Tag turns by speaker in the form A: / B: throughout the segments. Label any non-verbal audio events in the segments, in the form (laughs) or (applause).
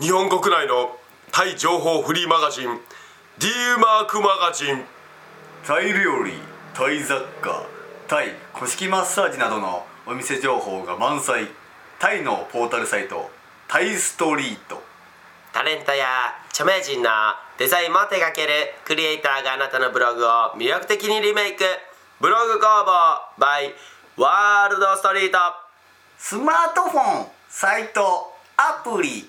A: 日本国内のタイ情報フリーマガジン D マークマガジン
B: タイ料理タイ雑貨タイ古式マッサージなどのお店情報が満載タイのポータルサイトタイストリート
A: タレントや著名人のデザインも手掛けるクリエイターがあなたのブログを魅力的にリメイクブログ工房 by ワールドストリート
B: スマートフォンサイトアプリ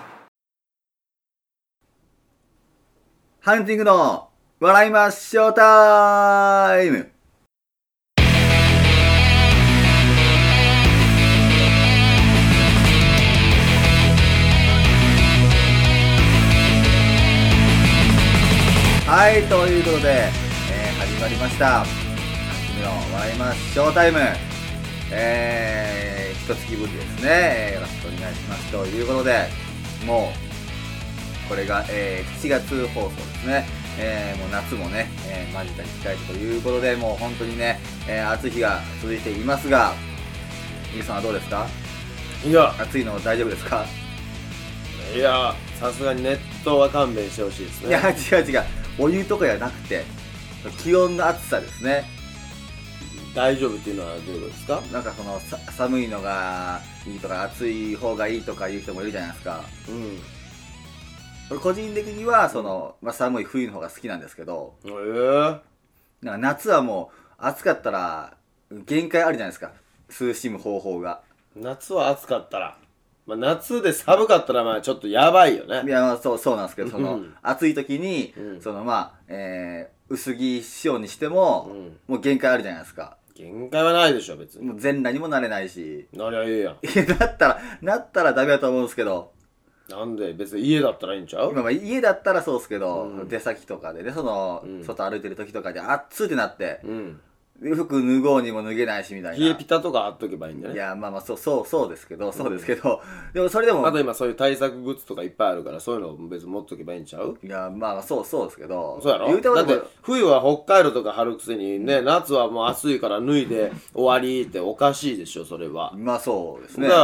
C: ハンティングの笑いましょうタイムはい、ということで、えー始まりました。ハンティングの笑いましょうタイム。えー、一月ぶりですね。えーよろしくお願いします。ということで、もう、これが、えー7月放送ですね。えーもう夏もね、えー間近に近いということで、もう本当にね、えー暑い日が続いていますが、皆さんはどうですか
D: いや、
C: 暑いの大丈夫ですか、
D: いや、さすがに熱湯は勘弁してほしいです
C: いや、
D: ね。
C: 違う違う。お湯とかじゃなくて、気温の暑さですね。
D: 大丈夫っていうのはどういうことですか
C: なんかそのさ寒いのがいいとか暑い方がいいとかいう人もいるじゃないですか。
D: うん。
C: 俺個人的にはその、まあ、寒い冬の方が好きなんですけど、
D: えー、
C: なんか夏はもう暑かったら限界あるじゃないですか。涼しむ方法が。
D: 夏は暑かったら、まあ、夏で寒かったら、まあちょっとやばいよ
C: い
D: ね。
C: や、まあそう、そうなんですけど、その
D: うん
C: 暑い時に、
D: うん
C: そのまあ、えー薄着しようにしても、
D: うん
C: もう限界あるじゃないですか。
D: 限界はないでしょ、別に。
C: もう全裸にもなれないし。 (laughs)
D: なりゃいいやん。
C: いやだったら、なったらダメだと思うんですけど、
D: なんで、別に家だったらいいんちゃう
C: 今まあ家だったらそうですけど、
D: うん
C: 出先とかでね、その、
D: うん
C: 外歩いてる時とかで、あっつってなって、
D: うん。
C: 服脱ごうにも脱げないしみたいな。
D: 冷えピタとかあっとけばいいん
C: い
D: だね。
C: や、まあまあ、そう、そう、そうですけど、そうですけど、 (laughs) でもそれでも
D: あ、と今そういう対策グッズとかいっぱいあるから、そういうのを別に持っとけばいいんちゃう
C: いや、まあまあ、そう、そうですけど、
D: そうや
C: 言
D: ろ
C: うても
D: だ
C: で
D: っ
C: も
D: て冬は北海道とか春くせにね、夏はもう暑いから脱いで終わりっておかしいでしょそれは、
C: まあそうです
D: だ
C: ね。
D: か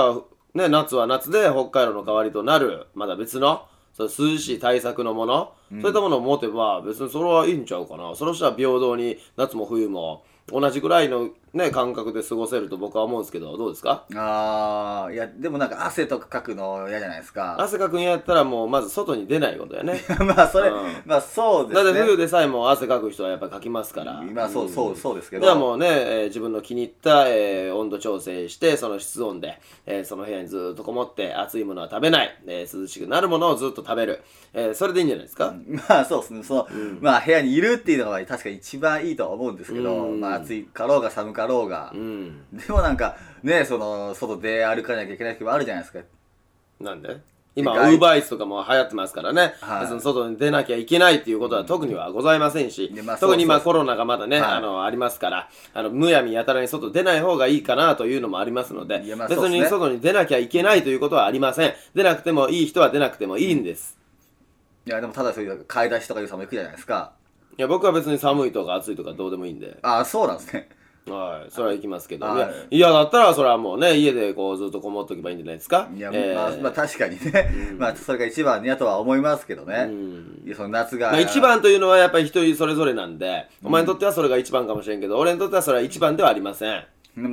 D: らね夏は夏で北海道の代わりとなるまだ別のその涼しい対策のもの、そういったものを持てば別にそれはいいんちゃうかなその人は平等に夏も冬も同じぐらいのね感覚で過ごせると僕は思うんですけどどうですか
C: ああ、いや、でもなんか汗とかかくの嫌じゃないですか。
D: 汗かくんやったらもうまず外に出ないことやね
C: ま (laughs) あ、それ、
D: うん
C: まあそうで
D: だっ
C: す
D: て
C: ね。
D: 冬でさえも汗かく人はやっぱかきますから
C: まあそう、そう、そうですけど。
D: じゃあもうね、えー自分の気に入った、えー温度調整してその室温で、えーその部屋にずっとこもって熱いものは食べない、えー涼しくなるものをずっと食べる、えーそれでいいんじゃないですか、
C: (laughs) まあそうですね、その、まあ部屋にいるっていうのが確かに一番いいとは思うんですけど、
D: うん
C: まあ暑いかろうが寒かろうが、
D: うん
C: でもなんかね、その、外で歩かなきゃいけない時もあるじゃないですか。
D: なんで今、ウ
C: 外
D: ーバーイーツとかも流行ってますからね、
C: はい
D: その外に出なきゃいけないっていうことは特にはございませんし、
C: でまあ
D: 特に
C: そう
D: 今
C: そう
D: コロナがまだね、
C: はい
D: あの、ありますから、あの、むやみやたらに外出ない方がいいかなというのもありますので、
C: いやまあそう
D: 別
C: ですね
D: に外に出なきゃいけないということはありません。出なくてもいい人は出なくてもいいんです。
C: いや、でもただそういう買い出しとかいう人も行くじゃないですか。
D: いや、僕は別に寒いとか暑いとかどうでもいいんで、
C: ああ、そうなんですね。
D: はい、それは行きますけど、
C: はい
D: ね、いや、だったらそれはもうね、家でこうずっとこもっとけばいいんじゃないですか。
C: いや、
D: えー
C: まあ、まあ確かにね、まあそれが一番にやとは思いますけどね。
D: うん
C: いや、その夏が。
D: まあ一番というのはやっぱり人それぞれなんで、お前にとってはそれが一番かもしれんけど、俺にとってはそれは一番ではありません。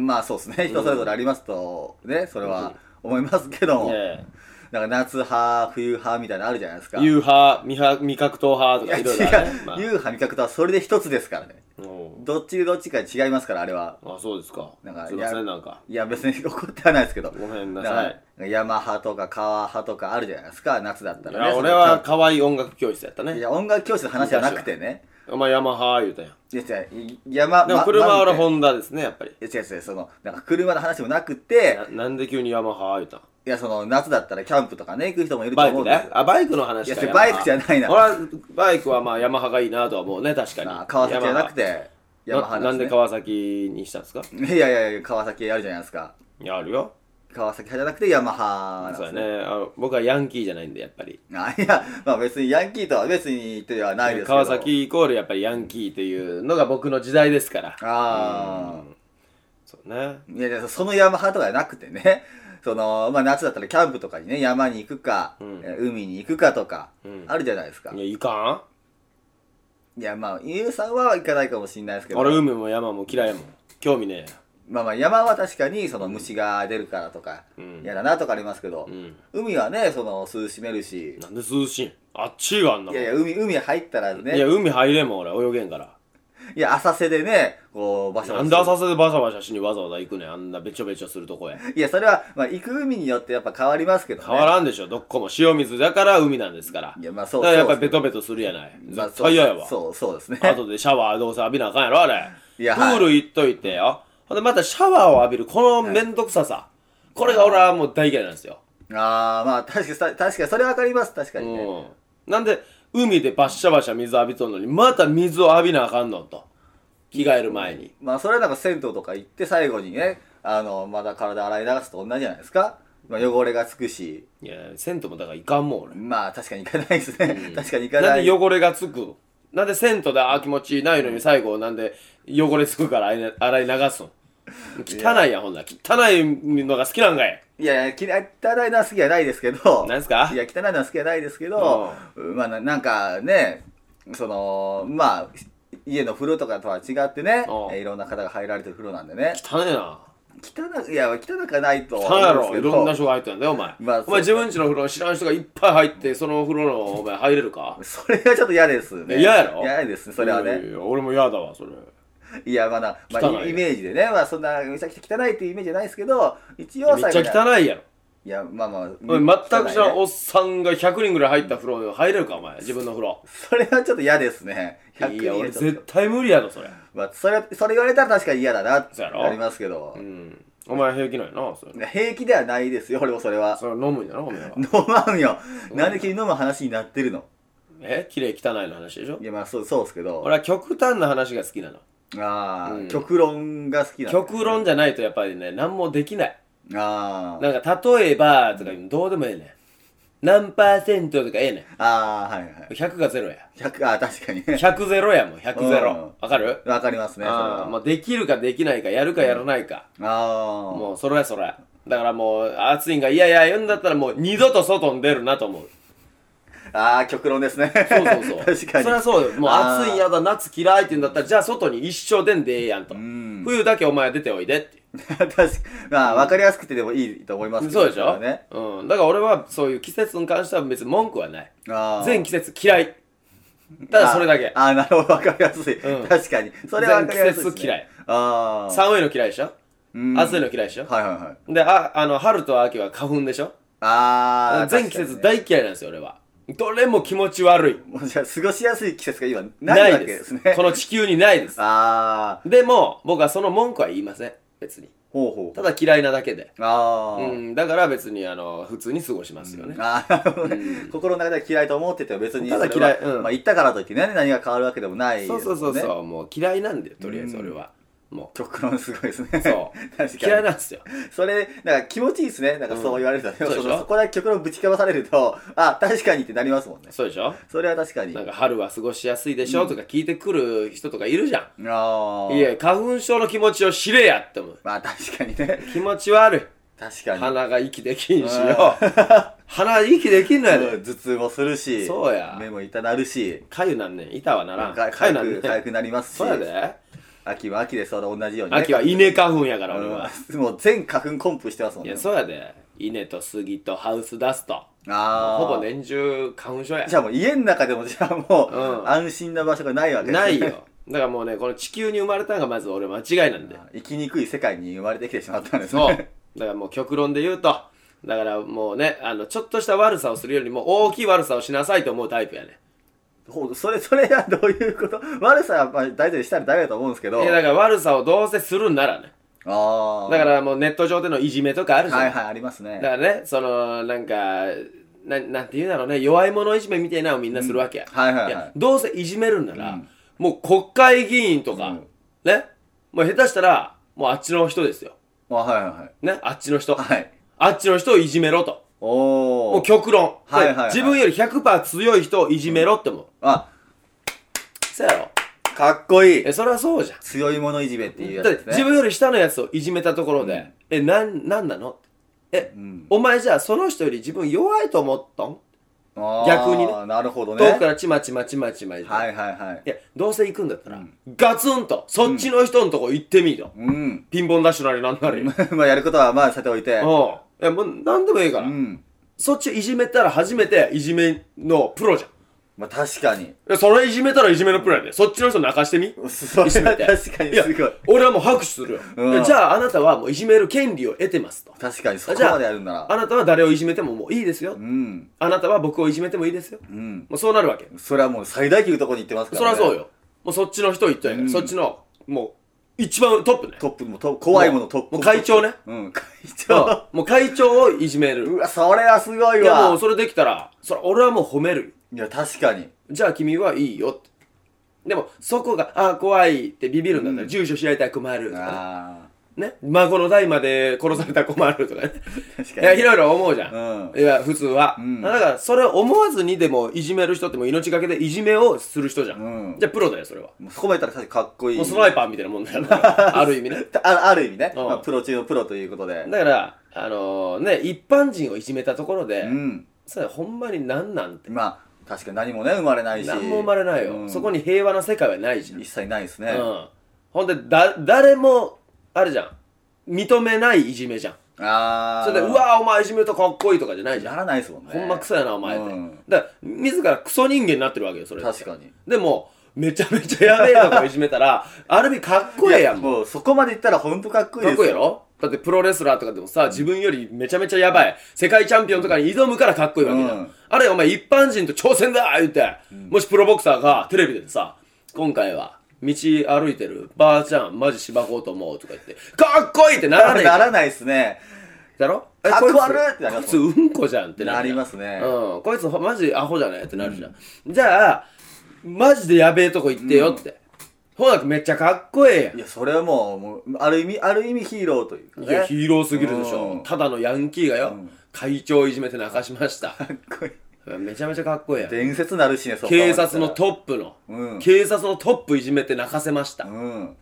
C: まあそうですね、人それぞれありますとね、それは思いますけども、
D: ええ
C: なんか夏派、冬派みたいなのあるじゃないですか。
D: 言う派、未派味覚糖派
C: い
D: と
C: や違
D: かいうろいろあるね。、
C: 優派味覚とはそれで一つですからね。
D: まあうん
C: どっちどっちか違いますから、あれは。
D: あ、そうですか。
C: なんか
D: すいませ
C: や
D: ん、なんか。
C: いや、別に怒ってはないですけど。
D: ごめんな
C: だか
D: さい。
C: らヤマハとか川派とかあるじゃないですか、夏だった
D: い
C: らね。
D: や、
C: その
D: 俺は可愛い音楽教室やった
C: い
D: ね。
C: や、音楽教室の話じゃなくてね。
D: お前ヤマハ言うたやん。
C: いや、違う、山、
D: でも
C: ま
D: 車は俺
C: ま
D: ホンダですね、やっぱり。
C: いや、違う違う、その、なんか車の話もなくて、
D: ななんで急にヤマハ言うたん
C: いや、その、夏だったらキャンプとかね、行く人もいると
D: バイ
C: 思う
D: ク
C: ん
D: で
C: ですよ。
D: あ、バイクの話か
C: いやバイクじゃないな
D: 俺はバイクはまあヤマハがいいなとは思うね、確かに
C: なあ。川崎じゃなくて、ヤ
D: ヤマ
C: マ
D: ハ
C: ハ
D: な。なんで
C: 川
D: 川崎にしたんですか
C: いやいやいや、川崎あるじゃないですか。
D: いや、あるよ。
C: 川崎派じゃなくてヤマハなん
D: そう
C: で
D: や
C: す
D: ね
C: ね。
D: あの僕はヤンキーじゃないんで、やっぱり。
C: あいや、まあ別にヤンキーとは別にではないですけど。
D: 川。崎イコールやっぱりヤンキーというのが僕の時代ですから。
C: あ
D: そうね。
C: あ。いやいや、そのヤマハとかじゃなくてね。 (laughs) その、まあ夏だったらキャンプとかにね、山に行くか、
D: ん
C: えー海に行くかとか、
D: うん
C: あるじゃないですか。
D: いや、いか
C: いや、まあ、ゆうさんは行かないかもしれないですけ
D: ん
C: ど。
D: 俺、海も山も嫌いやもん。興味ね
C: まあまあ山は確かにその虫が出るからとか
D: ん
C: 嫌だなとかありますけど、
D: えやん。
C: 海はねその涼しめるし
D: うん。なんで涼しいんあっちがあんないも
C: や
D: ん。
C: い
D: い
C: や海海入ったらねいや
D: や、海入れんもん、俺、泳げんから。
C: 浅瀬でねこう場所
D: なんで浅瀬でバシャバシャしにわざわざ行くねんあんなべちょべちょするとこへ。
C: いやそれは、まあ、行く海によってやっぱ変わりますけどね
D: 変わらんでしょ、どっこも塩水だから海なんですから。
C: いやまあそう
D: だからやっぱり
C: そう
D: ベトベトするやない。
C: まあ
D: 絶
C: そう
D: 対嫌やわ。
C: そうそうですね
D: あとでシャワーどうせ浴びなあかんやろ、あれ。
C: いや
D: プール
C: はい
D: 行っといてよ。ほんでまたシャワーを浴びる、このめんどくささ。これが俺はもう大嫌いなんですよ。
C: ああまあ確かに確かにそれわかります確かにね、
D: うん。なんで、海でバッシャバシャ水浴びとんのに、また水を浴びなあかんのんと。着替える前に。
C: まあそれはなんか銭湯とか行って最後にねあのまだ体洗い流すと同じじゃないですか、まあ、汚れがつくし
D: いや、銭湯もだからいかんもん、俺。
C: まあ確かに行かないですね、確かに行か
D: な
C: なんい
D: で汚れがつくなんで銭湯であー気持ちいいないのに最後なんで汚れつくから洗い洗い流すの汚いやんほんなら汚いのが好きなんかい
C: いやいや、嫌い、汚いのは好きじゃないですけど。
D: (laughs) なんすか
C: いや、汚いのは好きじゃないですけど、まあ、ななんかね、その、まあ、家の風呂とかとは違ってね
D: う、ん
C: えいろんな方が入られてる風呂なんでね、
D: 汚いな
C: 汚い、いや、汚くはないとは
D: 汚いやろいろ
C: うん
D: んな
C: ですけ
D: 人が入ってんだよお前、
C: まあそう
D: お前自分家の風呂知らん人がいっぱい入ってその風呂のお前入れるか
C: ど、それがちょっと嫌ですね。
D: 嫌やろ
C: 嫌ですね、それはい
D: やいや
C: ね
D: い。や俺も嫌だわそれ
C: いや、まあな、ま
D: 汚い
C: あ、
D: よ
C: イイメージでね、まあ、そんな、めちゃくちゃ汚いっていうイメージじゃないですけど、一応
D: めっち
C: 最後に
D: ゃ汚いやろ
C: いや、まあまあ、
D: お前全く知らん
C: 汚いね
D: おっさんが100人ぐらい入った風呂入れるかお前自分の風呂
C: それはちょっと嫌ですね。100人
D: いや俺
C: はちょっと
D: 絶対無理やろそれ
C: まあ、それ、それ言われたら確かに嫌だなって
D: そうやろ
C: なりますけど
D: う、んお前平気なんやなそれ
C: 平気ではないですよ、俺もそれは。
D: それ飲むんやろお前は
C: 飲まんよ。なんで君飲む話になってるの
D: え綺麗汚いの話でしょ
C: いや、まあ、そう、そうですけど。
D: 俺は極端な話が好きなの
C: ああ、
D: うん
C: 極論が好きなの
D: 極論じゃないとやっぱりね何もできない
C: ああ。
D: なんか例えばとかどうでもええねん何パーセントとかええね
C: ああ、はいはい
D: ん。100が0や
C: 100、ああ、確かにね。
D: 100ゼロやもん100ゼ
C: うん
D: ロわかる
C: わかりますね、それ
D: あーも
C: は。
D: うできるかできないかやるかやらないか
C: ああ。
D: もうそれやそれだからもう暑いんがいやいや言うんだったらもう二度と外に出るなと思う
C: ああ、極論ですね。
D: そうそうそう
C: (laughs) 確かに。
D: それはそうよもう
C: あー
D: 暑いんやだ夏嫌いって言うんだったらじゃあ外に一生出んでええやんと
C: ん (laughs)
D: 冬だけお前は出ておいでって
C: 確かまあ、わかりやすくてでもいいと思いますけど
D: そうでし
C: れ
D: ょ、
C: はね。
D: うん、だから俺はそういう季節に関しては別に文句はない
C: ああ。
D: 全季節嫌いただそれだけ
C: ああ、なるほど、わかりやすい。
D: うん
C: 確かに。それはわかりやすいです、ね。
D: 全季節嫌い。
C: ああ。
D: 寒いの嫌いでしょ
C: うん
D: 暑いの嫌いでしょ
C: はいはいはい。
D: でああの春と秋は花粉でしょ
C: ああ。
D: 全季節
C: 確かにね
D: 大嫌いなんですよ俺はどれも気持ち悪い
C: もうじゃあ、過ごしやすい季節が今
D: な
C: ないわ
D: い
C: け
D: で
C: です
D: す
C: ね。
D: この地球にないです
C: ああ。
D: でも僕はその文句は言いません別に
C: ほうほう。
D: ただ嫌いなだけで
C: ああ。
D: うん、だから別にあの普通に過ごしますよね、
C: ああ、なるほどね心の中では嫌いと思ってても別に
D: ただ
C: それは
D: 嫌いうん
C: まあ言ったからといってね何が変わるわけでもないですも
D: そうん
C: ね
D: そうそうそう、もう嫌いなんだよとりあえず俺は、もう
C: 極論すごいですね
D: そ
C: 確
D: う嫌
C: か
D: い
C: に
D: なんですよ
C: それなんか気持ちいいですねなんかそう言われるとね、
D: うんそうでしょ
C: のそこで極論ぶちかまされるとあ確かにってなりますもんね
D: そうでしょ
C: それは確かに
D: なんか春は過ごしやすいでしょとか聞いてくる人とかいるじゃ
C: あ
D: ん、
C: あ
D: いや花粉症の気持ちを知れやって思う
C: まあ確かにね
D: 気持ち悪い
C: 確かに
D: 鼻が息できんしよ (laughs) 鼻息できんのや
C: う
D: で
C: ん頭痛もするし
D: そうや
C: 目も痛なるし
D: かゆなんねん板はならん
C: か
D: かゆ
C: 痒
D: なんね
C: く痒く
D: ん
C: なりますし
D: そうやで
C: 秋も秋でそれ同じようにね
D: 秋は稲花粉やから
C: う
D: 俺
C: ん
D: は、
C: もう全花粉コンプしてますもん
D: い
C: ね
D: やそうやで稲と杉とハウスダスト
C: あ
D: ほ
C: ー
D: ぼ年中花粉症や
C: じゃあもう家の中でもじゃあもう、
D: うん
C: 安心な場所がないわけですね
D: ないよだからもうねこの地球に生まれたのがまず俺間違いなんだよ
C: 生きにくい世界に生まれてきてしまったんですね
D: そう。だからもう極論で言うと、だからもうね、あの、ちょっとした悪さをするよりも大きい悪さをしなさいと思うタイプやね。
C: ほうそれそれはどういうこと (laughs) 悪さはまあ大事にしたらダメだと思うんですけど
D: いや、だから悪さをどうせするんならね。
C: ああ
D: だからもうネット上でのいじめとかあるじゃん。
C: はいはいありますね
D: だからね、その、なんか、ななんて言うんだろうね、弱い者いじめみたいなのをみんなするわけや。
C: うんはいはいはい
D: やどうせいじめるんなら、
C: うん
D: もう国会議員とか、
C: うん
D: ね、もう下手したら、もうあっちの人ですよ。
C: あはいはいはい
D: ね、あっちの人。
C: はい
D: あっちの人をいじめろと。
C: おお
D: もう極論。
C: はいはいはい
D: 自分より100%強い人をいじめろって思う。
C: あ
D: そうやろ。
C: かっこいい
D: え、そりゃそうじゃん。
C: 強い者いじめっていうやつ
D: だっ
C: で
D: て
C: すね
D: 自分より下のやつをいじめたところで、
C: うん
D: え、なん、なんなのえ、
C: うん
D: お前じゃあその人より自分弱いと思ったん
C: あー
D: 逆にね
C: なるほどね
D: 遠くからちまちまちまちまいじゃん
C: はいはいはい
D: いや、どうせ行くんだったら、
C: うん
D: ガツンと、そっちの人のとこ行ってみろ。
C: うん (laughs)
D: ピンポンダッシュなりなんなり。うん。い
C: まあやることはまあさておいて
D: や、もう何でもいいか
C: う
D: ら。
C: ん
D: そっちいじめたら初めていじめのプロじゃん。い
C: まあ確かに
D: や、それいじめたらいじめのプロやで。そっちの人泣かしてみ
C: それ
D: いじめ
C: は
D: て
C: 確かに
D: いや
C: すごい
D: 俺はもう拍手するよ、
C: うん
D: じゃああなたはもういじめる権利を得てますと
C: 確かにそこまでやるんなら
D: あなたは誰をいじめてももういいですよ、
C: うん
D: あなたは僕をいじめてもいいですよ、
C: うん
D: もうそうなるわけ、
C: それはもう最大級のとこに行ってますか
D: そり
C: ら
D: ゃ
C: ね
D: そうよもうそっちの人言ったらいいから、
C: うん
D: そっちのもう一番トップね
C: トップもトップ怖いものトップ
D: もう会長ね
C: うん会
D: うん
C: 長
D: もう会長をいじめ
C: う
D: る
C: わそれはすごい
D: いやも
C: わ
D: うそれできたらそれ俺はもう褒めるよ
C: いや確かに
D: じゃあ君はいいよってでもそこがああ怖いってビビるんだったら、
C: うん
D: 住所知られたら困るとか
C: あ
D: ねね孫の代まで殺されたら困るとかね
C: あ確
D: いや
C: か
D: い
C: に
D: ろいろ思うじゃん、
C: うん
D: いや普通は、
C: うん
D: だからそれを思わずにでもいじめる人ってもう命がけでいじめをする人じゃん、
C: うん
D: じゃあプロだよそれは、
C: もうそこまで言ったら確かにかっこいい
D: もうスナイパーみたいなもんだよ
C: (laughs)
D: なある意味ね
C: たあある意味ね、
D: うん
C: まあ、プロ中のプロということで
D: だからあのね一般人をいじめたところで、
C: うん
D: それほんまになんなんて
C: まあ確かに何もね生まれないし
D: 何も生まれないよ、
C: うん
D: そこに平和な世界はないじゃん、
C: 一切ないですね、
D: うん、ほんでだ誰もあれじゃん認めないいじめじゃん
C: ああ
D: それでうわーお前いじめるとかっこいいとかじゃないじゃん
C: ならないですもんね
D: ほんまクソやなお前って、
C: うん
D: だから自らクソ人間になってるわけよそれって
C: 確かに
D: でもめちゃめちゃやべえとこいじめ
C: (laughs)
D: たらある意味かっこええやんも
C: もうそこまで言ったらほんとかっこ
D: う
C: いいです
D: かっこええや
C: よ
D: ろだってプロレスラーとかでもさ自分よりめちゃめちゃやばい世界チャンピオンとかに挑むからかっこいいわけじゃん、
C: うん
D: あれお前一般人と挑戦だ言って、もしプロボクサーがテレビでさ今回は道歩いてるばあちゃんマジしばこうと思うとか言ってかっこいいってならねえじゃ
C: なんらないですね
D: だろ
C: かっこ悪い
D: こい
C: っ
D: つ
C: てなり
D: こ
C: ま
D: い
C: す
D: つうんこじゃんって
C: なり
D: るじゃん
C: ますね、
D: うん、こいつほマジアホじゃないってなるじゃん、じゃあマジでやべえとこ行ってよって、ほなくめっちゃかっこええ
C: いやそれはもうもうある意味ある意味ヒーローというか、
D: やん
C: ね、
D: いやヒーローすぎるでしょ、
C: うん
D: ただのヤンキーがよ、
C: ん
D: 会長をいじめて泣かしました (laughs)
C: かっこいい
D: めちゃめちゃかっこええやん
C: 伝説なるしねそこまで
D: 警
C: 言ったら
D: 察のトップの、
C: うん
D: 警察のトップいじめて泣かせました、か
C: うん
D: っ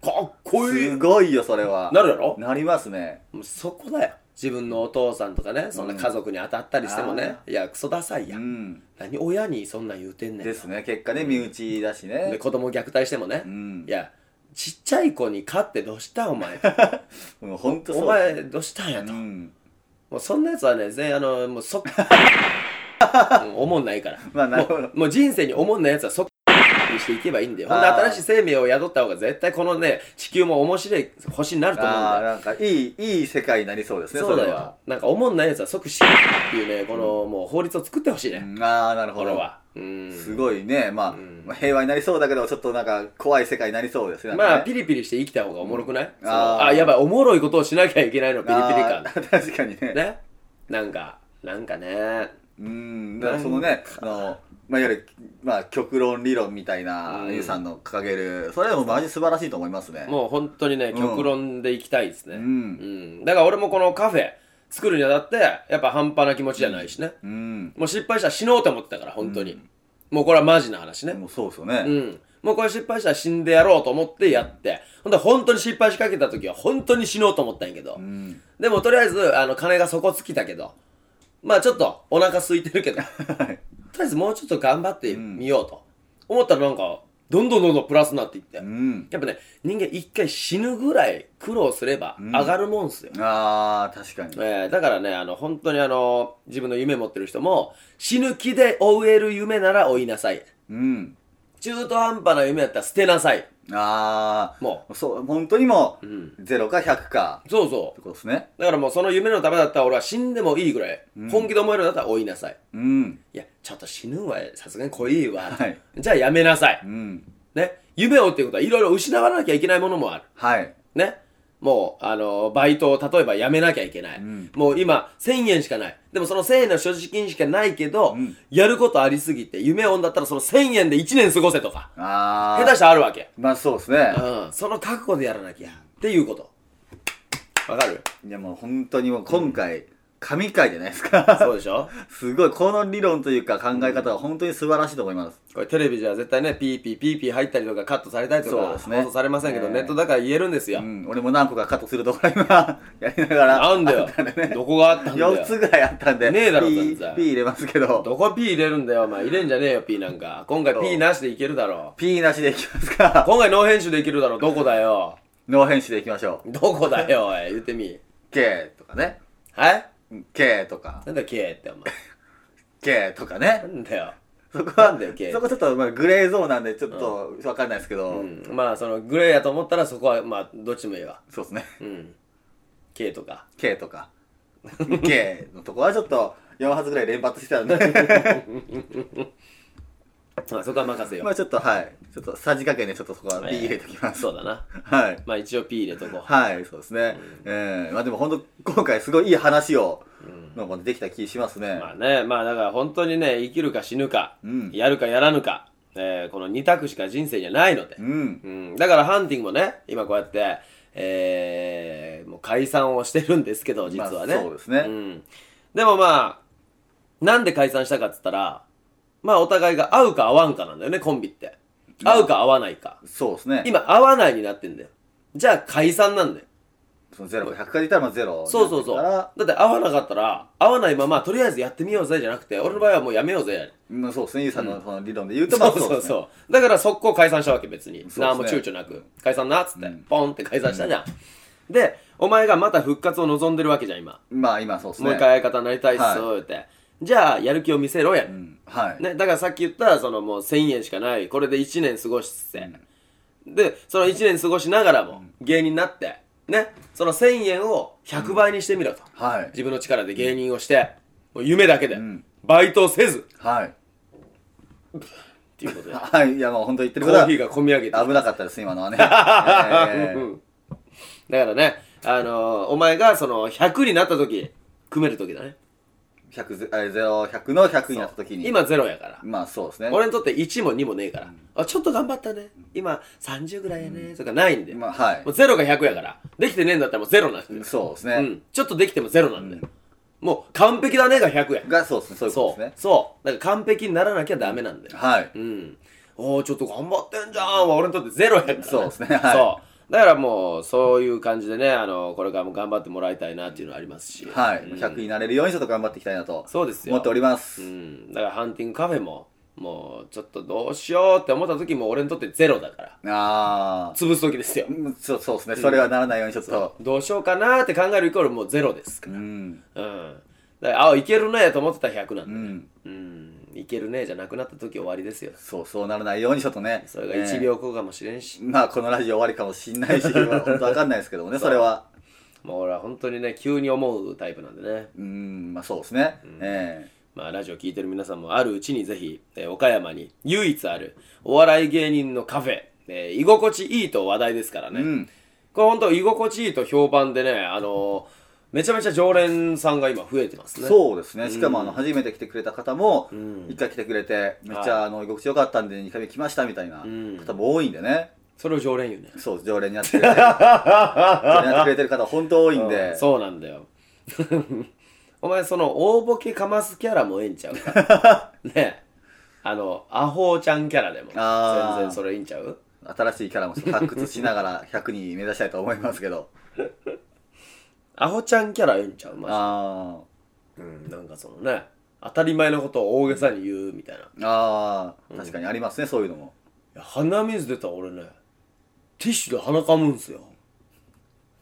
D: こいい
C: すごいよそれは
D: なるやろ
C: なりますね
D: もうそこだよ自分のお父さんとかねそんな家族に当たったりしてもね、いやクソダサいや、
C: うんん
D: 何親にそんなん言うてんねん
C: ですね結果ね身内だしね
D: で子供虐待してもね、
C: うん
D: いやちっちゃい子に勝ってどうしたお
C: (laughs)
D: 前
C: うんほんとそう
D: お前どうしたんや
C: う
D: と、も
C: ん
D: うそんなやつはね全員あのも
C: (laughs)
D: うそうんおもんないから
C: まあなるほ
D: も
C: ど
D: うもう人生におもんないやつはそにしていけばいいんだよほんで
C: あー
D: 新しい生命を雇った方が絶対このね地球も面白い星になると思うん
C: ああ
D: だよ
C: なんかいいいい世界になりそうですね
D: そうだ
C: れは
D: よなんかおもんないやつは即死っていうねこの、もう法律を作ってほしいね、
C: うんああなるほ
D: これ
C: ど
D: はうん
C: すごいねまあ
D: ん
C: まあ平和になりそうだけどちょっとなんか怖い世界になりそうですね
D: ま
C: な
D: あ
C: んかね
D: ピリピリして生きた方がおもろくない、その
C: あー
D: あやばいおもろいことをしなきゃいけないのピリピリ感
C: あー確かにね
D: ねなんかなんかね
C: うんだからそのねあのまあいわゆるまあ極論理論みたいな
D: うん
C: ゆうさんの掲げるそれでもマジ素晴らしいと思いますね
D: もう本当にね
C: うん
D: 極論でいきたいですね
C: う
D: うんん、だから俺もこのカフェ作るにあたってやっぱ半端な気持ちじゃないしね、
C: うん
D: もう失敗したら死のうと思ってたから本当に、もうこれはマジな話ね
C: もうそうですよね
D: うんもうこれ失敗したら死んでやろうと思ってやって、ほんで本当に失敗しかけた時は本当に死のうと思ったんやけど、
C: うん
D: でもとりあえずあの金が底尽きたけどまあちょっと
C: (laughs)
D: お腹空いてるけどとりあえずもうちょっと頑張ってみようと思ったらなんかどんどんどんどんプラスになっていって。
C: うん。
D: やっぱね、人間一回死ぬぐらい苦労すれば
C: ん
D: 上がるもんすよ。
C: ああ、確かに。
D: えーだからね、あの、本当にあの、自分の夢持ってる人も、死ぬ気で追える夢なら追いなさい。
C: うん。
D: 中途半端な夢やったら捨てなさい。
C: ああ。
D: も
C: そう、本当にも
D: う。うん。
C: う、ゼロか100か。
D: そうそ
C: っ
D: う。
C: てことですね。
D: だからもうその夢のためだったら俺は死んでもいいぐらい、本気で思えるんだったら追いなさい。
C: うん。
D: いや、ちょっと死ぬんはさすがに濃いわ。
C: はい
D: じゃあやめなさい。
C: うん。
D: ね。夢を追っていうことはいろいろ失わなきゃいけないものもある。
C: はい。
D: ね。もう、あのバイトを例えば辞めなきゃいけない。
C: ん
D: もう今、1000円しかない。でもその1000円の所持金しかないけど、
C: うん
D: やることありすぎて、夢を追うんだったらその1000円で1年過ごせとか、
C: ああ。
D: 下手したらあるわけ。
C: まあそうですね。
D: うん。その覚悟でやらなきゃ。っていうこと。わ
C: (laughs)
D: かる
C: いやもう本当にもう今回、神回じゃないですか。
D: そうでしょ
C: (laughs) すごい、この理論というか考え方は本当に素晴らしいと思います。
D: これテレビじゃ絶対ね、ピーピーピーピー入ったりとかカットされたりと
C: そう
D: か、
C: ですね
D: 放送されませんけど、
C: ね
D: ネットだから言えるんですよ。
C: うん、俺も何個かカットするところ今、 (laughs) やりながら。
D: なんだよ
C: あったんでね。
D: どこがあったんだよ
C: 4つぐらいあったんで。
D: ねえだろ
C: ピ
D: 全
C: ー
D: 然
C: ピー入れますけど。
D: どこ P 入れるんだよ、お前。入れんじゃねえよ、P なんか。今回
C: そう
D: P なしでいけるだろ。
C: ピーなしでいきますか。
D: 今回ノー編集でいけるだろ。どこだよ。
C: ノー編集でいきましょう。
D: どこ
C: (laughs)
D: だよ、おい。言ってみ。
C: K とかね。
D: はい
C: K とか、
D: なんだよ K って、お前。
C: K とかね。
D: なんだよ。
C: そこ
D: な
C: は
D: んだよ、K
C: そこちょっとまあグレーゾーンなんでちょっとわかんないですけど、
D: うん。まあ、その、グレーやと思ったらそこは、まあ、どっちもいいわ。
C: そうですね。
D: うん。K とか。
C: K とか、K のとこはちょっと4発ぐらい連発して
D: (laughs)
C: たんで、
D: まあ、そこは任せよ
C: まあちょっとはい、ちょっとさじ加減でちょっとそこは
D: う。
C: P 入れておきます。
D: そうだな。
C: はい。
D: まあ、一応 P 入れとこう。
C: はい、そうですね。ええまあでも本当今回すごいいい話を、なんかできた気しますね。
D: まあね、まあだから本当にね、生きるか死ぬか、
C: うん
D: やるかやらぬか、えーこの二択しか人生じゃないので
C: う、ん。
D: うん、だからハンティングもね、今こうやって、えー、もう解散をしてるんですけど、実はね。
C: まあそうですね
D: ん。でもまあ、なんで解散したかっつったら、まあお互いが合うか合わんかなんだよね、コンビって。合うか合わないか。
C: そうですね。
D: 今合わないになってんだよ。じゃあ解散なんだよ。
C: そのゼロ100回で言ったらまあゼロ。
D: そうそうそう。
C: だから
D: だ、って合わなかったら、合わないまま、とりあえずやってみようぜじゃなくて、俺の場合はもうやめようぜ。
C: まあそうですね。ゆうさんのその理論で言うと、
D: そ
C: ま
D: う
C: あ
D: そう
C: う
D: そう。だから速攻解散したわけ、別に
C: で。すね
D: 何も躊躇なく。解散なっつって
C: うん、
D: ポンって解散したじゃん。で、お前がまた復活を望んでるわけじゃん、今。
C: ですね。まあ今そうですね。
D: もう一回相方になりたいっす、
C: はい
D: 言うて。じゃあ、やる気を見せろや。
C: うんん。はい。
D: ね、だからさっき言った、そのもう1000円しかない、これで1年過ごすって。で、その1年過ごしながらも、芸人になって、ね、その1000円を100倍にしてみろと。
C: はい。
D: 自分の力で芸人をして、もう夢だけで、
C: ん
D: バイトをせずっ
C: はい。。
D: ていうことで
C: (laughs) はい。いや、もう本当言ってる
D: コ
C: こと
D: ー
C: は
D: ヒーが込み上げて。
C: 危なかったです、今
D: (laughs)
C: のはね。え
D: う
C: ー
D: んだからね、あのーお前がその100になった時、組める時だね。
C: 100ぜ、あれゼロ100の100になった時に。。
D: 今ゼロやから。
C: まあそうですね。
D: 俺にとって1も2もねえから。あ、ちょっと頑張ったね。今30ぐらいやね。とかないんで。
C: まあはい
D: もう。ゼロが100やから。できてねえんだったらもうゼロなんだよ。
C: そうです
D: う
C: ね。
D: ん。ちょっとできてもゼロなんだよ。もう完璧だねが100や。
C: が、そうですね。そういうこ
D: そ
C: と
D: う
C: で。す
D: そう。だから完璧にならなきゃダメなんだよ
C: ね。。はい。
D: うん。おー、ちょっと頑張ってんじゃんは俺にとってゼロやから、ね。
C: そうです
D: (laughs)
C: ねはい
D: そう。だからもう、そういう感じでね、あの、これからも頑張ってもらいたいなっていうのはありますし。
C: はい、
D: うん
C: 100になれるようにちょっと頑張っていきたいなと
D: そうですよ
C: 思っております、
D: うん。だからハンティングカフェも、もう、ちょっとどうしようって思った時も俺にとってゼロだから。
C: ああ
D: 潰す時ですよ。
C: そうそうですねそれはならないようにちょっと
D: どうしようかなーって考えるイコールもうゼロですか
C: う
D: ら。
C: ん
D: うん。だから、あ、いけるねと思ってたら100なん
C: う
D: で、
C: ん
D: うん。いけるねじゃなくなった時終わりですよ。
C: そうそうならないようにちょっとね
D: それが1、秒後かもしれんし
C: え。ーまあこのラジオ終わりかもしん
D: (laughs)
C: ないしまあ本当わかんないですけどもねそれは
D: もう俺は本当にね、急に思うタイプなんでね。
C: うんまあそうですね、え
D: まあ、ラジオ聞いてる皆さんもあるうちにぜひ、えー岡山に唯一あるお笑い芸人のカフェ、えー居心地いいと話題ですから
C: え
D: ね。
C: うん
D: これ本当居心地いいと評判でね、あのーめちゃめちゃ常連さんが今増えてますね。
C: そうですねしかもあの初めて来てくれた方も
D: ん
C: 1回来てくれてめっち
D: は
C: ゃあの居心地よかったんで2回目来ましたみたいなん方も多いんでね
D: それを常連言うね。
C: そう常連になってくれて
D: (laughs)
C: 常連になってくれてる方本当多いんで
D: そうなんだよ。 (laughs) お前その大ボケかますキャラもええんちゃうか。
C: (laughs)
D: ねあの、アホちゃんキャラでも。
C: あー
D: 全然それいいんちゃう
C: 新しいキャラもちょっと発掘しなが
D: (laughs)
C: ら100に目指したいと思いますけど。
D: アホちゃんキャラええんちゃうマジで
C: あ
D: うん、なんかそのね当たり前のことを大げさに言うみたいな、
C: あ。ああ。確かにありますね、そういうのも。
D: いや鼻水出たら俺ねティッシュで鼻かむんすよ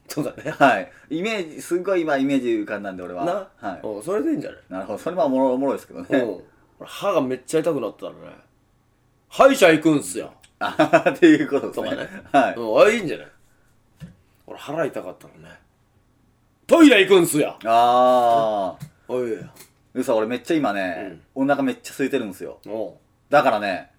D: とかね
C: はい。イメージ、すごい今イメージ浮かんだんで、俺は。
D: な、
C: はい。
D: うん、それでいいんじゃない
C: なるほど。それもおもろおもろいですけどね。
D: うん俺歯がめっちゃ痛くなったらね歯医者行くんすよ、
C: (laughs) あははっていうことです
D: と
C: ね。
D: かね
C: はい。
D: うん、あいいんじゃない俺腹痛かったらねトイレ行くんすよ
C: あー。
D: おい
C: でさ、俺めっちゃ今ね、お腹めっちゃ空いてるんですよ。
D: おう
C: だからね、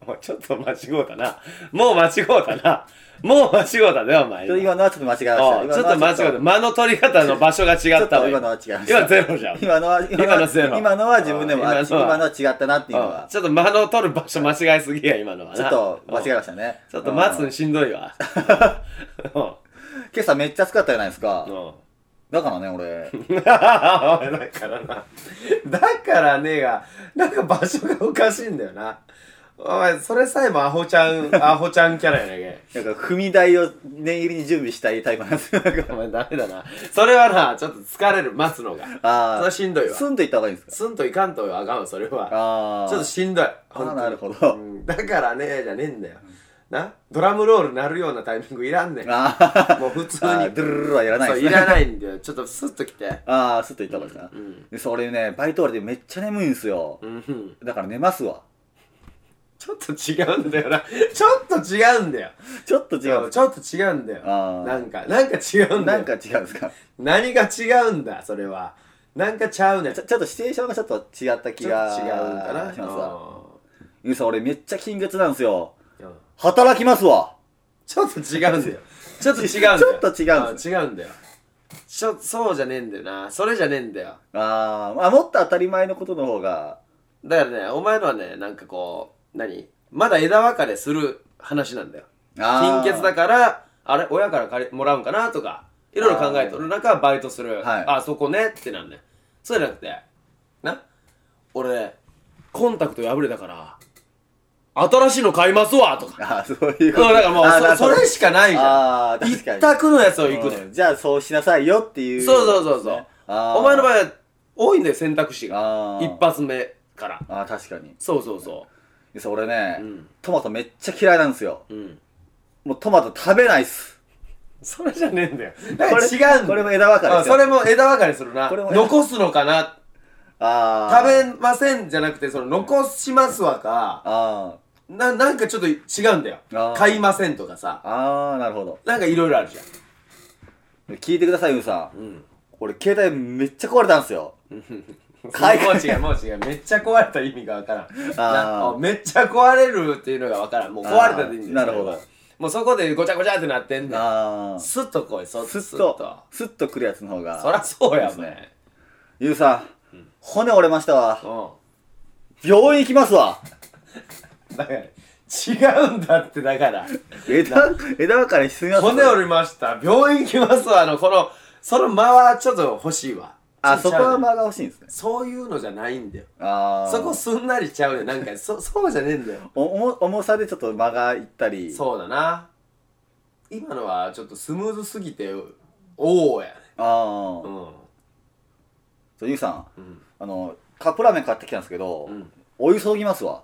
D: お前ちょっと間違うたなもう間違うたなもう間違うたねお前
C: ちょっと今のはちょっと間違えました。
D: おうちょっと間違うた間の取り方の場所が
C: ち
D: 違
C: ょ
D: っ
C: った
D: わ
C: と今のは違いました。
D: 今ゼロじゃん
C: 今のは、
D: 今のゼロ
C: 今のは自分でも、あ
D: うん
C: 今のは違ったなっていうの
D: うん
C: は、
D: ちょっと間の取る場所間違えすぎや今のはな
C: ちょっと間違え
D: うん
C: ましたね。
D: ちょっと待つのしんどいわう
C: うん今朝めっちゃ暑かったじゃないですか
D: ん。うん (laughs)
C: だからね、俺。
D: だからな。だからねが、なんか場所がおかしいんだよな。お前、それさえもアホちゃん、アホちゃんキャラやなけ。
C: なんか踏み台を念入りに準備したいタイプなん
D: (laughs)
C: ですよ。なんか
D: お前ダメだな。それはな、ちょっと疲れる、待つのが。
C: あ
D: それはしんどいわ。
C: 住んでいった方がいいんですか
D: すんといかんとあかんわ、それは。
C: ああ。
D: ちょっとしんどい。
C: あ
D: ほんと
C: ー
D: に
C: なるほど
D: うんだからね、じゃねえんだよ。なドラムロール鳴るようなタイミングいらんねん。
C: ああ。
D: もう普通
C: あ
D: に。
C: ードゥルルルはいらない
D: そう
C: です
D: い
C: ね
D: らないんだよ。ちょっとスッと来て。
C: ああ、すっといった方がいいですか、でそれね、バイト終わりでめっちゃ眠いんですよ。
D: うん。
C: だから寝ますわ。
D: ちょっと違うんだよな。ちょっと違うんだよ。
C: ちょっと違うんです
D: ちょっと違うんだよ。
C: あー
D: なんか、なんか違うん
C: な
D: だよ
C: ん。か違うんですか
D: 何が違うんだ、それは。なんかちゃうねん。
C: ち
D: ち
C: ょ
D: ょ
C: ちょっとシチュエーションがちょっと違った気
D: っと違うん
C: が
D: だな。
C: しますわ。
D: う
C: ゆうさん、俺めっちゃ金欠なんですよ。
D: んうん
C: 働きますわ。
D: ちょっと違うんだよ。ちょっと違うんだよ。
C: (laughs) ちょっと違うんです
D: あ違うんだよ。ちょ、そうじゃねえんだよな。それじゃねえんだよ。
C: あーまあ、もっと当たり前のことの方が、
D: だからね、お前のはね、なんかこう、何まだ枝分かれする話なんだよ。
C: あー
D: 金欠だから、あれ、親から借りもらうんかなとか、いろいろ考えとる中、バイトする。
C: はい
D: あ、そこねってなんね。そうじゃなくて、な、俺、コンタクト破れたから、新しいの買いますわと
C: あ (laughs)
D: か。
C: あ、そういう
D: そ
C: こと。
D: う、だからも
C: あーな
D: う
C: る
D: そ、
C: ほど
D: それしかないじゃん。
C: ああ、確かに。
D: 一択のやつを行くね、
C: うんじゃあそうしなさいよっていう。
D: そうそうそうそう。
C: あー
D: お前の場合は、多いんだよ、選択肢が
C: あ。ー
D: 一発目から。
C: ああ、確かに。
D: そうそうそ
C: そ俺ね、
D: うん
C: トマトめっちゃ嫌いなんですよ。
D: う。うん。
C: もうトマト食べないっす。
D: それじゃねえんだよ。
C: これ
D: 違うんだよ。
C: これも枝分かれ
D: あ
C: ですよ
D: それも枝分かれするな
C: これも枝
D: 残すのかな
C: ああ。べ
D: 食べませんじゃなくてその残しますわか
C: あ
D: ななんかちょっと違うんだよ
C: あー
D: 買いませんとかさ
C: あ。ああ、なるほど。
D: なんかいろいろあるじゃ
C: 聞いてください、ゆうさん。
D: んうん
C: 俺、携帯めっちゃ壊れたんですよ。買い
D: もう違うもう違うめっちゃ壊れた意味がわからん
C: あー
D: なめっちゃ壊れるっていうのがわからんもう壊れたでいいんだよ
C: あーなるほど
D: それはもうそこでごちゃごちゃってなってんだよ
C: あ
D: スッと来いそ
C: あ。
D: ス
C: す
D: ッ
C: っ
D: と
C: と、すっとくるやつの方が。
D: そらそうやお
C: そうです
D: 前
C: ゆうさん、骨折れましたわ。
D: う
C: 病院行きます
D: (laughs)
C: わ。
D: んだから違うんだってだから
C: 枝、枝分かれしすぎます
D: 骨折りました病院行きますわあのこのその間はちょっと欲しいわ
C: あ、そこは
D: ま
C: 間が欲しいんですね。
D: そういうのじゃないんだよ
C: ああ。
D: そこすんなりちゃうねなんかそ (laughs) そうじゃねえんだよ
C: お重重さでちょっと間がいったり
D: そうだな今のはちょっとスムーズすぎておおやね
C: ああ、
D: うん
C: そうゆうさん、
D: ん
C: あのカップラーメン買ってきたんですけど、
D: ん
C: お湯注ぎますわ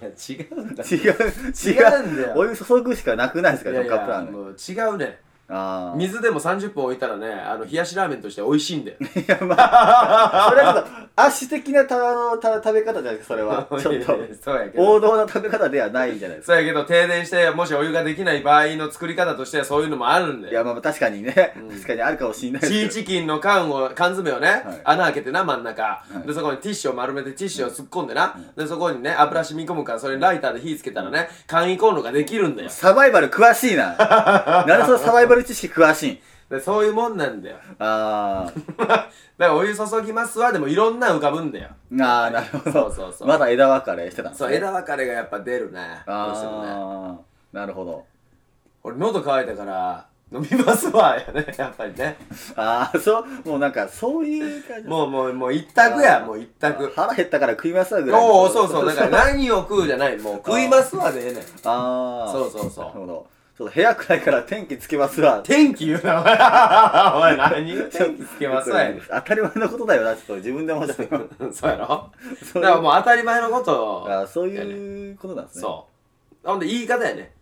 D: いや違うんだ
C: (laughs) 違う違
D: うんだよ
C: お湯注ぐしかなくないですか
D: い
C: その
D: やい
C: カップラ
D: や
C: ーメン
D: もう違うね
C: ああ
D: 水でも30分置いたらねあの冷やしラーメンとして美味しい
C: (laughs)
D: んだよ
C: いやまあそれはちょっと足的なたのた食べ方じゃないですかそれは (laughs) ちょっと
D: いやいや (laughs) そうやけど
C: 王道な食べ方ではないじゃないですか
D: そうやけど停電してもしお湯ができない場合の作り方としてはそういうのもあるんだよ
C: いやまあ確かにね、確かにあるかもしれない
D: チー
C: ですけ
D: チキンの缶を缶詰をね、
C: い
D: 穴開けてな真ん中、でそこにティッシュを丸めてティッシュを突っ込んでな、でそこにね油染み込むからそれライターで火つけたらね簡易コンロができるんだよ
C: どサバイバル詳しい (laughs) ななるほどサバイバル知識詳しい
D: でそういうもんなんだよ
C: ああ
D: だからお湯注ぎますわでもいろんな浮かぶんだよ
C: ああなるほど
D: そうそうそう
C: まだ枝分かれしてたんですね
D: そう枝分かれがやっぱ出るねどうしてもね
C: ああ、なるほど。
D: 俺喉乾いたから飲みますわやね (laughs) やっぱりね
C: ああ、そう、もうなんか、そういう感じ。
D: もうもうもう一択やもう一択
C: 腹減ったから食いますわぐらいの。 (laughs)
D: おおそうそうだから何を食うじゃないもう食いますわでええねん
C: ああ。
D: そうそうそう
C: なるほど。ちょっと部屋暗いから天気つけますわ。
D: 天気言うな、お前。お前何言う
C: ちょっ
D: 天
C: と
D: 気つけますわ。
C: 当たり前のことだよな、ちょっと自分で思っちゃった。
D: (laughs) そうやろ
C: そ
D: だ
C: う
D: からもう当たり前のことを。
C: あそう
D: だよね
C: いうことなんですね。
D: そう。ほんで言い方やね。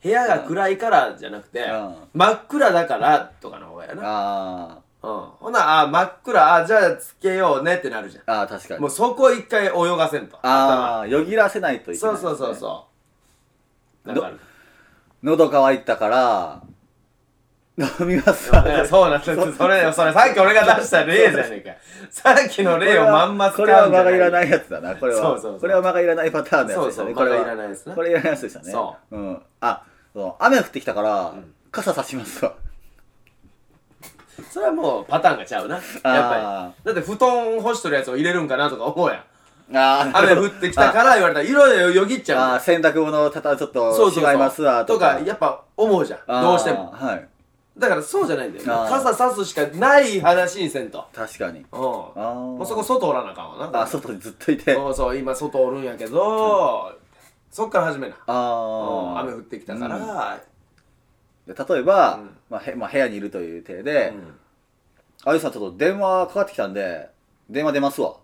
D: 部屋が暗いからじゃなくて、
C: うん
D: 真っ暗だからとかの方がやな。
C: あ
D: うん。ほな、あ真っ暗、あじゃあつけようねってなるじゃ
C: あ、ああ、確か
D: ん。も
C: に
D: う。そこ一回泳がせんと。
C: ああ、よぎらせないといけない、
D: そうそうそうそう。だ
C: ど
D: から。
C: 喉乾いたから、飲みますわ。
D: え (laughs) そうなんです。それよ、それ、さっき俺が出した例じゃねえかよ。さっきの例をまんま使
C: こ
D: うん
C: れ
D: じゃな
C: はい間がいらないやつだな、これは。
D: そうそうそう
C: これは間がいらないパターンのやつでした
D: そうそ
C: ね。
D: う
C: これは
D: 間がいらないですね
C: これいらないやつでしたね。。
D: そう
C: ん。あ、そう雨降ってきたから、傘差します
D: (laughs)
C: わ。
D: それはもうパターンがちゃうな。やっぱ
C: あ
D: り。だって布団干しとるやつを入れるんかなとか思うやん。
C: あ
D: 雨降ってきたから言われたら、いろいろよぎっち
C: あ
D: ゃ
C: あ
D: う。
C: 洗濯物をたたちょっとしまいますわ
D: と
C: と
D: か
C: か、
D: やっぱ思うじゃん。
C: あー
D: どうしても。
C: はい
D: だからそうじゃないんだよ。
C: あー
D: 傘さすしかない話にせんと。
C: 確かに
D: うん。
C: あ
D: もう
C: ー
D: そこ外おらなあかんわな。
C: あ外にずっといてあ
D: そうそう、今外おるんやけど、そっから始めな。うん
C: あ
D: 雨降ってきたから、
C: で例えば、
D: うん
C: まあへまあ、部屋にいるという体で
D: うん
C: 「あゆさんちょっと電話かかってきたんで電話出ますわ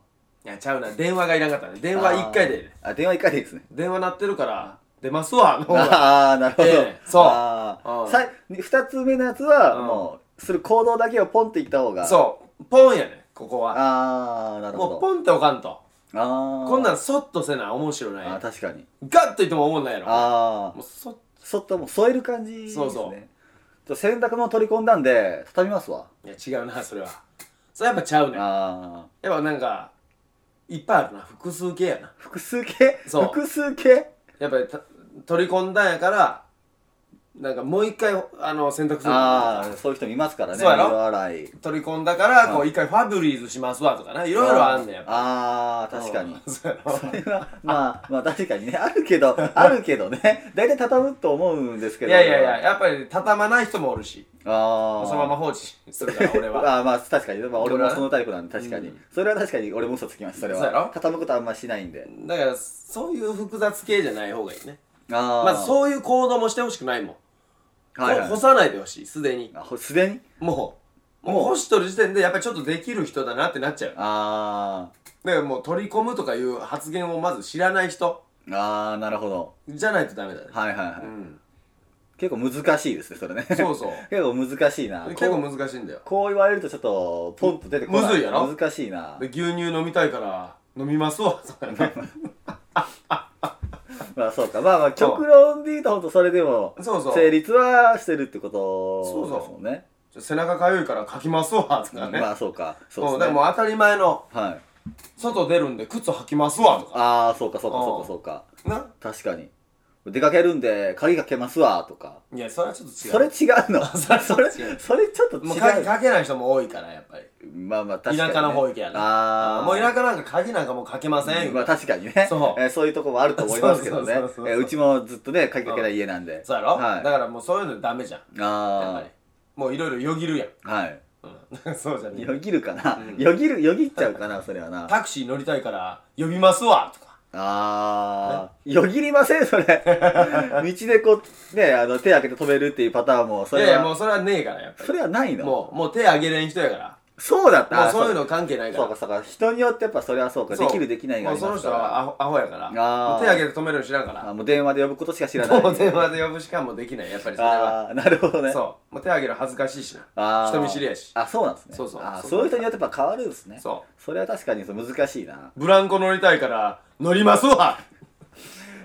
D: いや、ちゃうな。電話がいらんかったね。」電話一回でいいね。
C: あーあ電話一回でいいですね
D: 電話鳴ってるから、出ますわ、の方が。 (laughs)
C: ああなるほど、
D: ええそう
C: あ
D: うん
C: ーさい二つ目のやつは、
D: うん
C: もうする行動だけをポンっていった方がう
D: そう。ポンやね、ここは。
C: ああなるほ
D: もう
C: ど
D: ポンっておかんと。
C: あー
D: こんなんそっとせな、面白ない。
C: あー
D: ガ
C: 確かに
D: ッといっても思んないやろ。
C: ああ
D: もうそっ
C: そっともう添える感じですね
D: そうそう
C: ちょ洗濯物取り込んだんで畳みますわ
D: いや、違うな、それは。それやっぱちゃうね。やっ
C: ああ
D: ぱなんか、いっぱいあるな。複数形やな。
C: 複数形
D: そう
C: 複数形
D: やっぱりた取り込んだんやから、なんかもう一回、あの、洗濯する
C: ああそういう人もいますからね
D: そうやろ
C: 色洗い
D: 取り込んだから、こう一回ファブリーズしますわとかな。いろいろあんねん、やっぱ。
C: ああ確かに
D: うん (laughs) そうやろ
C: それは (laughs) まあまあ確かにねあるけどあるけどね大体畳むと思うんですけ
D: い
C: ど
D: やいやいや、やっぱり畳まない人もおるし、
C: ああ
D: そのまま放置するから
C: (laughs)
D: 俺は。
C: あーまあ確かに、まあ、俺
D: 俺は
C: もそのタイプなんで確かに、
D: うん
C: それは確かに俺も嘘つきますそれ
D: そうやろ
C: は畳むことあんましないんで
D: だから、そういう複雑系じゃない方がいいね。
C: ああ
D: まずそういう行動もしてほしくないもん。
C: はいはい
D: もう干さないでほしい、すでに。
C: あほすでに
D: もう、もう干しとる時点でやっぱりちょっとできる人だなってなっちゃう。だか
C: あ
D: らもう取り込むとかいう発言をまず知らない人
C: あああなるほど
D: じゃないとダメだね。
C: はいはいはい、
D: うん。
C: 結構難しいですねそれね
D: そうそう
C: (laughs) 結構難しいな
D: 結構
C: こう
D: 難しいんだよ。
C: こう言われるとちょっとポンと出てこない
D: むずいやろ
C: 難しいな
D: で、牛乳飲みたいから飲みま
C: (laughs)
D: すわ、とかね
C: まあそうかまあまあ極論で言うとほんとそれでも
D: そうそう
C: 成立はしてるってこと
D: そうそう
C: ですもんね
D: ちょ背中かゆいからかきますわ、とかね。
C: (laughs) まあそうかそう
D: う
C: で
D: ん、です
C: ね
D: も当たり前の
C: はい
D: 外出るんで靴履きますわとか
C: ああそうかそうかそうかそうか
D: な
C: 確かに出かけるんで鍵かけますわとか
D: いやそれはちょっと違う
C: それ違うの
D: (laughs) それ
C: それ
D: 違う
C: それちょっと
D: もう鍵
C: 違
D: かけない人も多いからやっぱり
C: うまあまあ確かにね
D: 田舎の方行けやな
C: ああ
D: もう田舎なんか鍵なんかもうかけませんよ、
C: まあ確かにね
D: そう
C: えーそういうとこもあると思いますけどね
D: そうそうそうそう
C: えーうちもずっとね鍵かけない家なんで
D: そうやろ、
C: はい
D: だからもうそういうのダメじゃんやっぱ
C: あ
D: りもういろいろよぎるやん、
C: あはい
D: うん、 (laughs) そうじゃね
C: よぎるかなよぎるよぎっちゃう
D: (laughs)
C: かなそれはな
D: タクシー乗りたいから呼びますわとか
C: あーよぎりません
D: (laughs)
C: それ道でこうねあの手開けて止めるっていうパターンもそ
D: い
C: れ
D: や
C: はい
D: やもうそれはねえからやっぱ
C: それはない
D: り
C: の
D: もうもう手あげれん人やか
C: そうだっ
D: らも
C: た
D: うそういう
C: あ
D: の関係ないか
C: そう
D: ら
C: かそうか人によってやっぱそれはそうか
D: そう
C: できるできないがあ
D: も
C: り
D: うその
C: ます
D: 人
C: か
D: は
C: ら
D: アホアホやから
C: ー
D: もう手あげて止めるの知らんから
C: あもう電話で呼ぶことしか知らない
D: もう電話で呼ぶしかもうできないやっぱりそれは
C: ああーなるほどね
D: そうもう手あげるの恥ずかしいし
C: あ
D: な
C: ー
D: 人見知りやし
C: あそうなんですね
D: そうそう
C: あー
D: そう
C: そういう人によってやっぱ変わるんですね
D: そ
C: それは確かにそう難しいな
D: ブランコ乗りたいから乗りますわ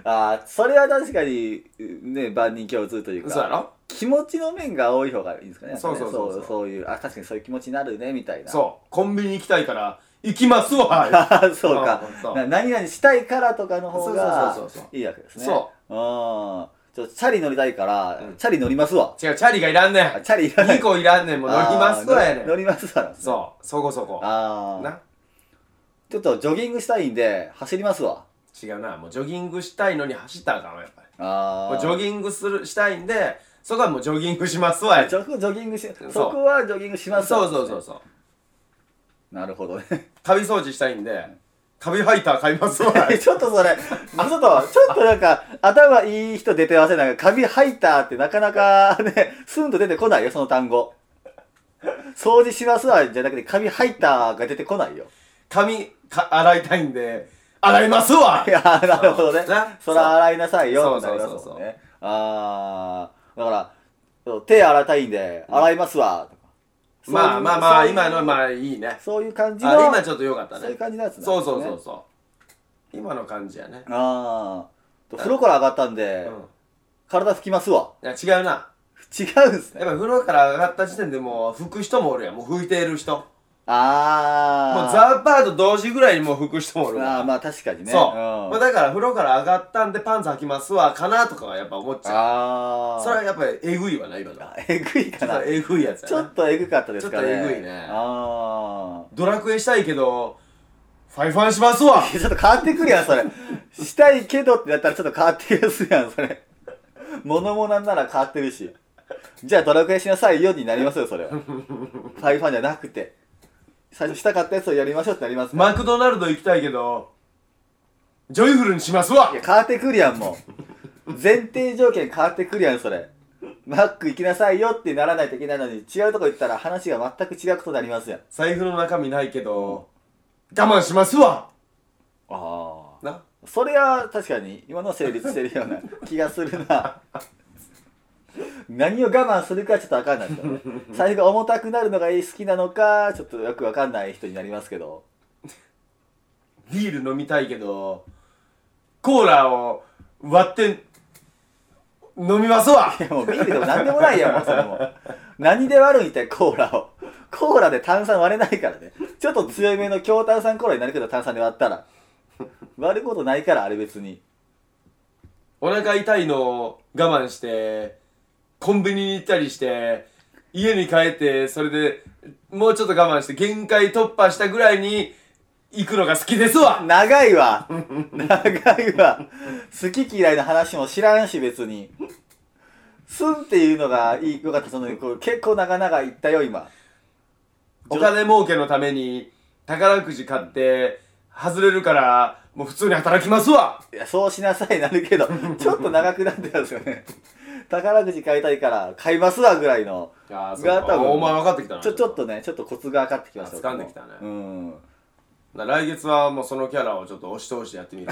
C: あーそれは確かにね万人共通というか
D: そうやろ
C: 気持ちの面が多い方がいいんですかね
D: そうそうそ
C: や
D: う
C: っぱねそういうあ確かにそういう気持ちになるねみたいな
D: そうコンビニ行きたいから行きますわ
C: (laughs) あ (laughs) そうか
D: うんそう
C: な何々したいからとかの方が
D: そうそうそうそうそう
C: いいわけですね
D: そう
C: あちょチャリ乗りたいから、チャリ乗りますわ
D: 違うチャリがいらんねん
C: あチャリいらない
D: 2個いらんねんもう乗りますわやね
C: あー乗
D: ん
C: り乗りますわなんですね
D: そうそこそこ
C: ああ
D: な
C: ちょっとジョギングしたいんで走りますわ
D: 違うなもうジョギングしたいのに走ったらあかんわやっぱり
C: あ
D: も
C: あ
D: うジョギングするしたいんでそこはもうジョギングしますわや
C: ジ
D: そう
C: ョジョギングし
D: う
C: そこはジョギングしますわ
D: そうそうそう
C: なるほどね (laughs)
D: カビ掃除したいんで
E: カビファイター買います
C: (laughs)
E: わ。
C: ちょっとそれ、あちょっと、ちょっとなんか、頭いい人出てませんなんか、カビハイターってなかなかね、スンと出てこないよ、その単語。掃除しますわ、じゃなくて、カビハイターが出てこないよ。
E: 髪か洗いたいんで、洗いますわ
C: (laughs) いや、なるほどね
E: そうね。
C: そら洗いなさいよ、
E: そう
C: ってなります
E: そう
C: も
E: そ
C: ん
E: うそう
C: ね。あー、だからそう、手洗いたいんで、洗いますわ、とかそういう
E: まあまあま
C: そ
E: あ、
C: ういう
E: 今のはまあいいね。
C: そういう感じの、
E: あ今ちょっと良かったね。
C: そういう感じのやつなんです
E: そ
C: ね
E: うそうそうそう。今の感じやね。
C: あー、風呂から上がったんで、
E: う
C: 体拭きますわ。
E: ん。いや違うな。
C: 違うんす
E: やっぱ
C: ね。
E: 風呂から上がった時点でもう拭く人もおるやん。もう拭いている人。もう
C: あー。
E: ザーパーと同時ぐらいにもう拭く人もおる
C: あ
E: わ
C: あまあ確かにね
E: そう。
C: ん
E: まあだから風呂から上がったんでパンツ履きますわかなとかはやっぱ思っちゃ
C: ああ
E: う。それはやっぱりえぐいわな、今の。ちょ
C: えぐいか
E: っと
C: な
E: えぐいやつ
C: ち
E: や
C: ょ
E: な
C: っ。とえぐかったですかね
E: ちょっとえぐいね
C: あ
E: ドラクエしたいけど、ファイファンしますわ
C: あちょっと変わってくるやんそれしたいけどってなったらちょっと変わってくるやつやんそれ物もなんなら変わってるしじゃあドラクエしなさいよになりますよそれはファイファンじゃなくて最初したかったやつをやりましょうってなりますから
E: マクドナルド行きたいけど、ジョイフルにしますわ
C: いや変わってくるやんもう前提条件変わってくるやんそれマック行きなさいよってならないといけないのに違うとこ行ったら話が全く違うことになりますやん
E: 財布の中身ないけど、我慢しますわ
C: ああ
E: な。
C: それは確かに今の成立してるような気がするな何を我慢するかちょっと分かんないですよね財布が重たくなるのが好きなのかちょっとよく分かんない人になりますけど
E: ビール飲みたいけど、コーラを割って、飲みます
C: (laughs)
E: わ
C: いやもうビールでも何でもないやんもうそれもう何で割るんってコーラをコーラで炭酸割れないからねちょっと強めの強炭酸コーラになるけど炭酸で割ったら割ることないからあれ別に
E: お腹痛いのを我慢して、コンビニに行ったりして、家に帰って、それで、もうちょっと我慢して、限界突破したぐらいに、行くのが好きですわ
C: 長いわ長いわ好き嫌いの話も知らんし別にスンっていうのがいいよかったそのこう結構長々言ったよ今
E: お金儲けのために、宝くじ買って、外れるから、もう普通に働きますわ
C: いやそうしなさいなるけどちょっと長くなってますよね宝くじ買いたいから買いますわぐらいの
E: いやー
C: が多分
E: お前分かってきたな。
C: ちょちょっとねちょっとコツが分かってきました
E: あ掴んできたね
C: うん
E: な来月はもうそのキャラをちょっと押し通してやってみる。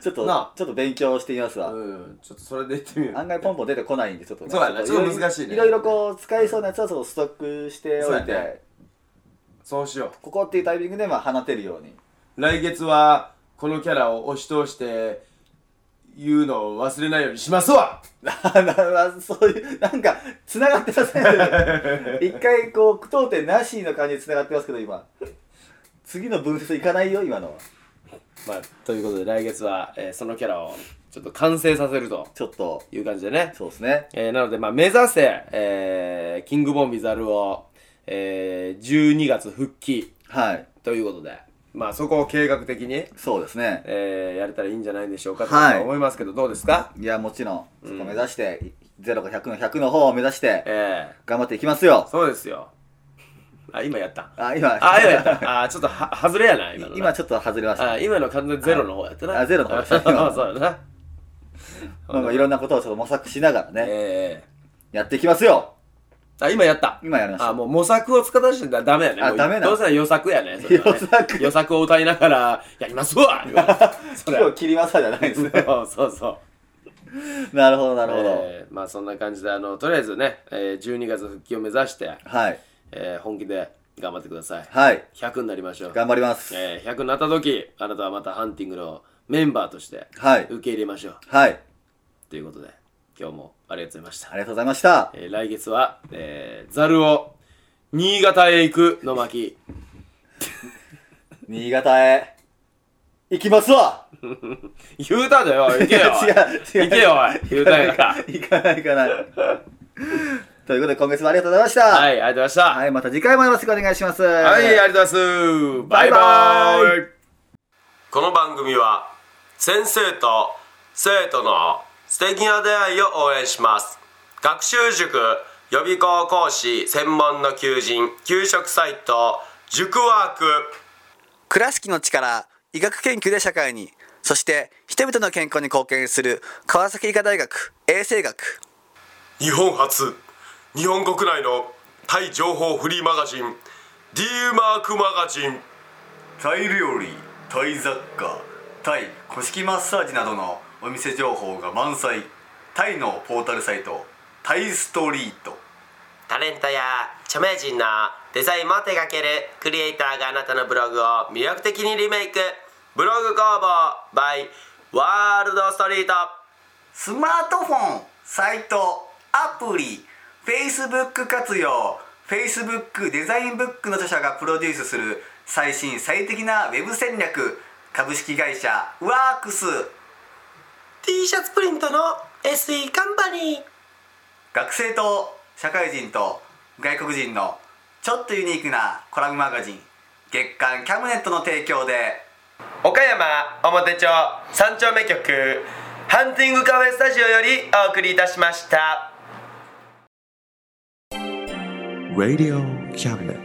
C: ちょっと
E: なあ
C: ちょっと勉強してみますわ、
E: うん。ちょっとそれで行ってみる。
C: 案外ポンポン出てこないんでちょっとね
E: そうだね
C: いろいろ
E: ちょっと難しいね
C: いろいろこう使えそうなやつはちょっとストックしてお
E: そ
C: い
E: う
C: て、
E: やねそうしよう。
C: ここっていうタイミングでまあ放てるように
E: 来月はこのキャラを押し通して言うのを忘れないようにしますわ
C: あななそういう、なんか、つながってません、ね、一回、こう、句読点なしの感じでつながってますけど、今。次の分節いかないよ、今のは。
D: まあ、ということで来月は、えーそのキャラをちょっと完成させると
C: ちょっと、
D: いう感じでね。
C: そうですね。
D: えーなので、まあ、目指せ、えーキングボンビザルを、えー12月復帰
C: はい。
D: ということで、まあ、そこを計画的に、
C: そうですね。
D: えーやれたらいいんじゃないでしょうかと
C: はい
D: 思いますけど、どうですか
C: いや、もちろん、そこ目指して、0か100の100の方を目指して、
D: え
C: 頑張っていきますよ
D: ー。そうですよ。あ、今やった。
C: あ、今、
D: あ、今や
C: (laughs)
D: った。あ、ちょっとは、外れやな、今のな。
C: 今ちょっと外れました。
D: あ、今の完全にゼロの方やったな。
C: あゼロの方
D: や
C: や
D: っ
C: ったた。
D: (laughs)
C: (laughs)
D: そうやな。
C: まあまあ、いろんなことをちょっと模索しながらね、
D: え
C: やっていきますよ。
D: ーあ、今やった。
C: 今やりました
D: あ、もう模索を使ったしてダメやね。
C: あ
D: もう
C: ダメな
D: どうせなら予策やね。それはね
C: 予策
D: 予策を歌いながら、やります
C: (laughs)
D: わ言われたそ
C: 今
D: れ
C: 日切りましたじゃないです
D: (laughs)
C: ね。
D: そうそうそう。
C: なるほど、なるほど。
D: えーまあそんな感じで、あの、とりあえずね、えー12月復帰を目指して、
C: はい。
D: えー本気で頑張ってください。
C: はい。
D: 100になりましょう。
C: 頑張ります。
D: えー100になった時、あなたはまたハンティングのメンバーとして、
C: はい。
D: 受け入れましょう。
C: はい。
D: ということで、今日もありがとうございました
C: あ。りがとうございました。
D: えー来月は、えー、ザルを新潟へ行くの巻。
C: 新潟へ行きますわ
D: 言うたでよ、
C: (laughs)
D: 行けよ。
C: 違う違う
D: 行けよ、おい。言うた
C: (laughs)
D: やんか。
C: 行かない行かない。ということで今月もありがとうございました。
D: はい、ありがとうございました。
C: はい、また次回もよろしくお願いします。
D: は、
C: はい
D: ありがとうございます。バイバ
C: バイバ
D: イ
A: この番組は先生と生徒の素敵な出会いを応援します学習塾予備校講師専門の求人給食サイト塾ワーク
B: 倉敷の力
C: 医学研究で社会にそして人々の健康に貢献する川崎医科大学衛生学
D: 日本初日本国内のタイ情報フリーマガジン D マークマガジン
C: タイ料理タイ雑貨タイ古式マッサージなどのお店情報が満載タイのポータルサイトタイストリート
D: タレントや著名人のデザインも手掛けるクリエイターがあなたのブログを魅力的にリメイクブログ工房 by ワールドストリート
C: スマートフォンサイトアプリ Facebook 活用 Facebook デザインブックの著者がプロデュースする最新最適なウェブ戦略株式会社ワークス
D: T シャツプリントの SE カンパニー
C: 学生と社会人と外国人のちょっとユニークなコラムマガジン月刊キャムネットの提供で
D: 岡山表町三丁目局ハンティングカフェスタジオよりお送りいたしました。
B: Radio Cabinet.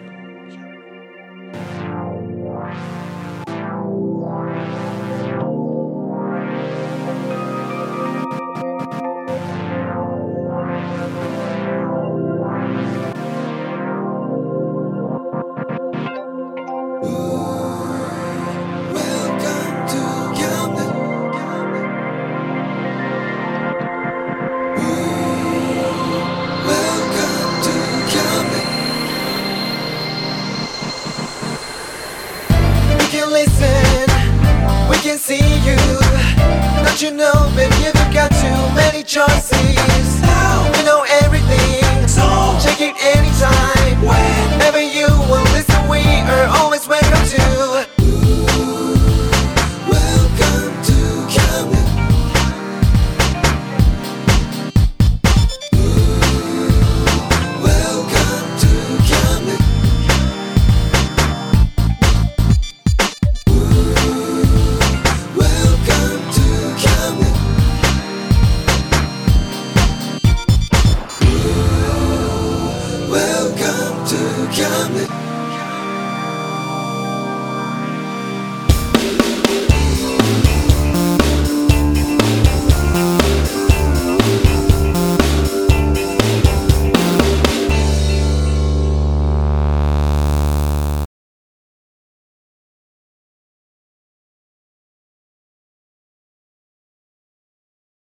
F: We can listen, we can see you. Don't you know, baby, you've got too many choices. We know everything, so check it anytime. Whenever you will listen, we are always welcome to.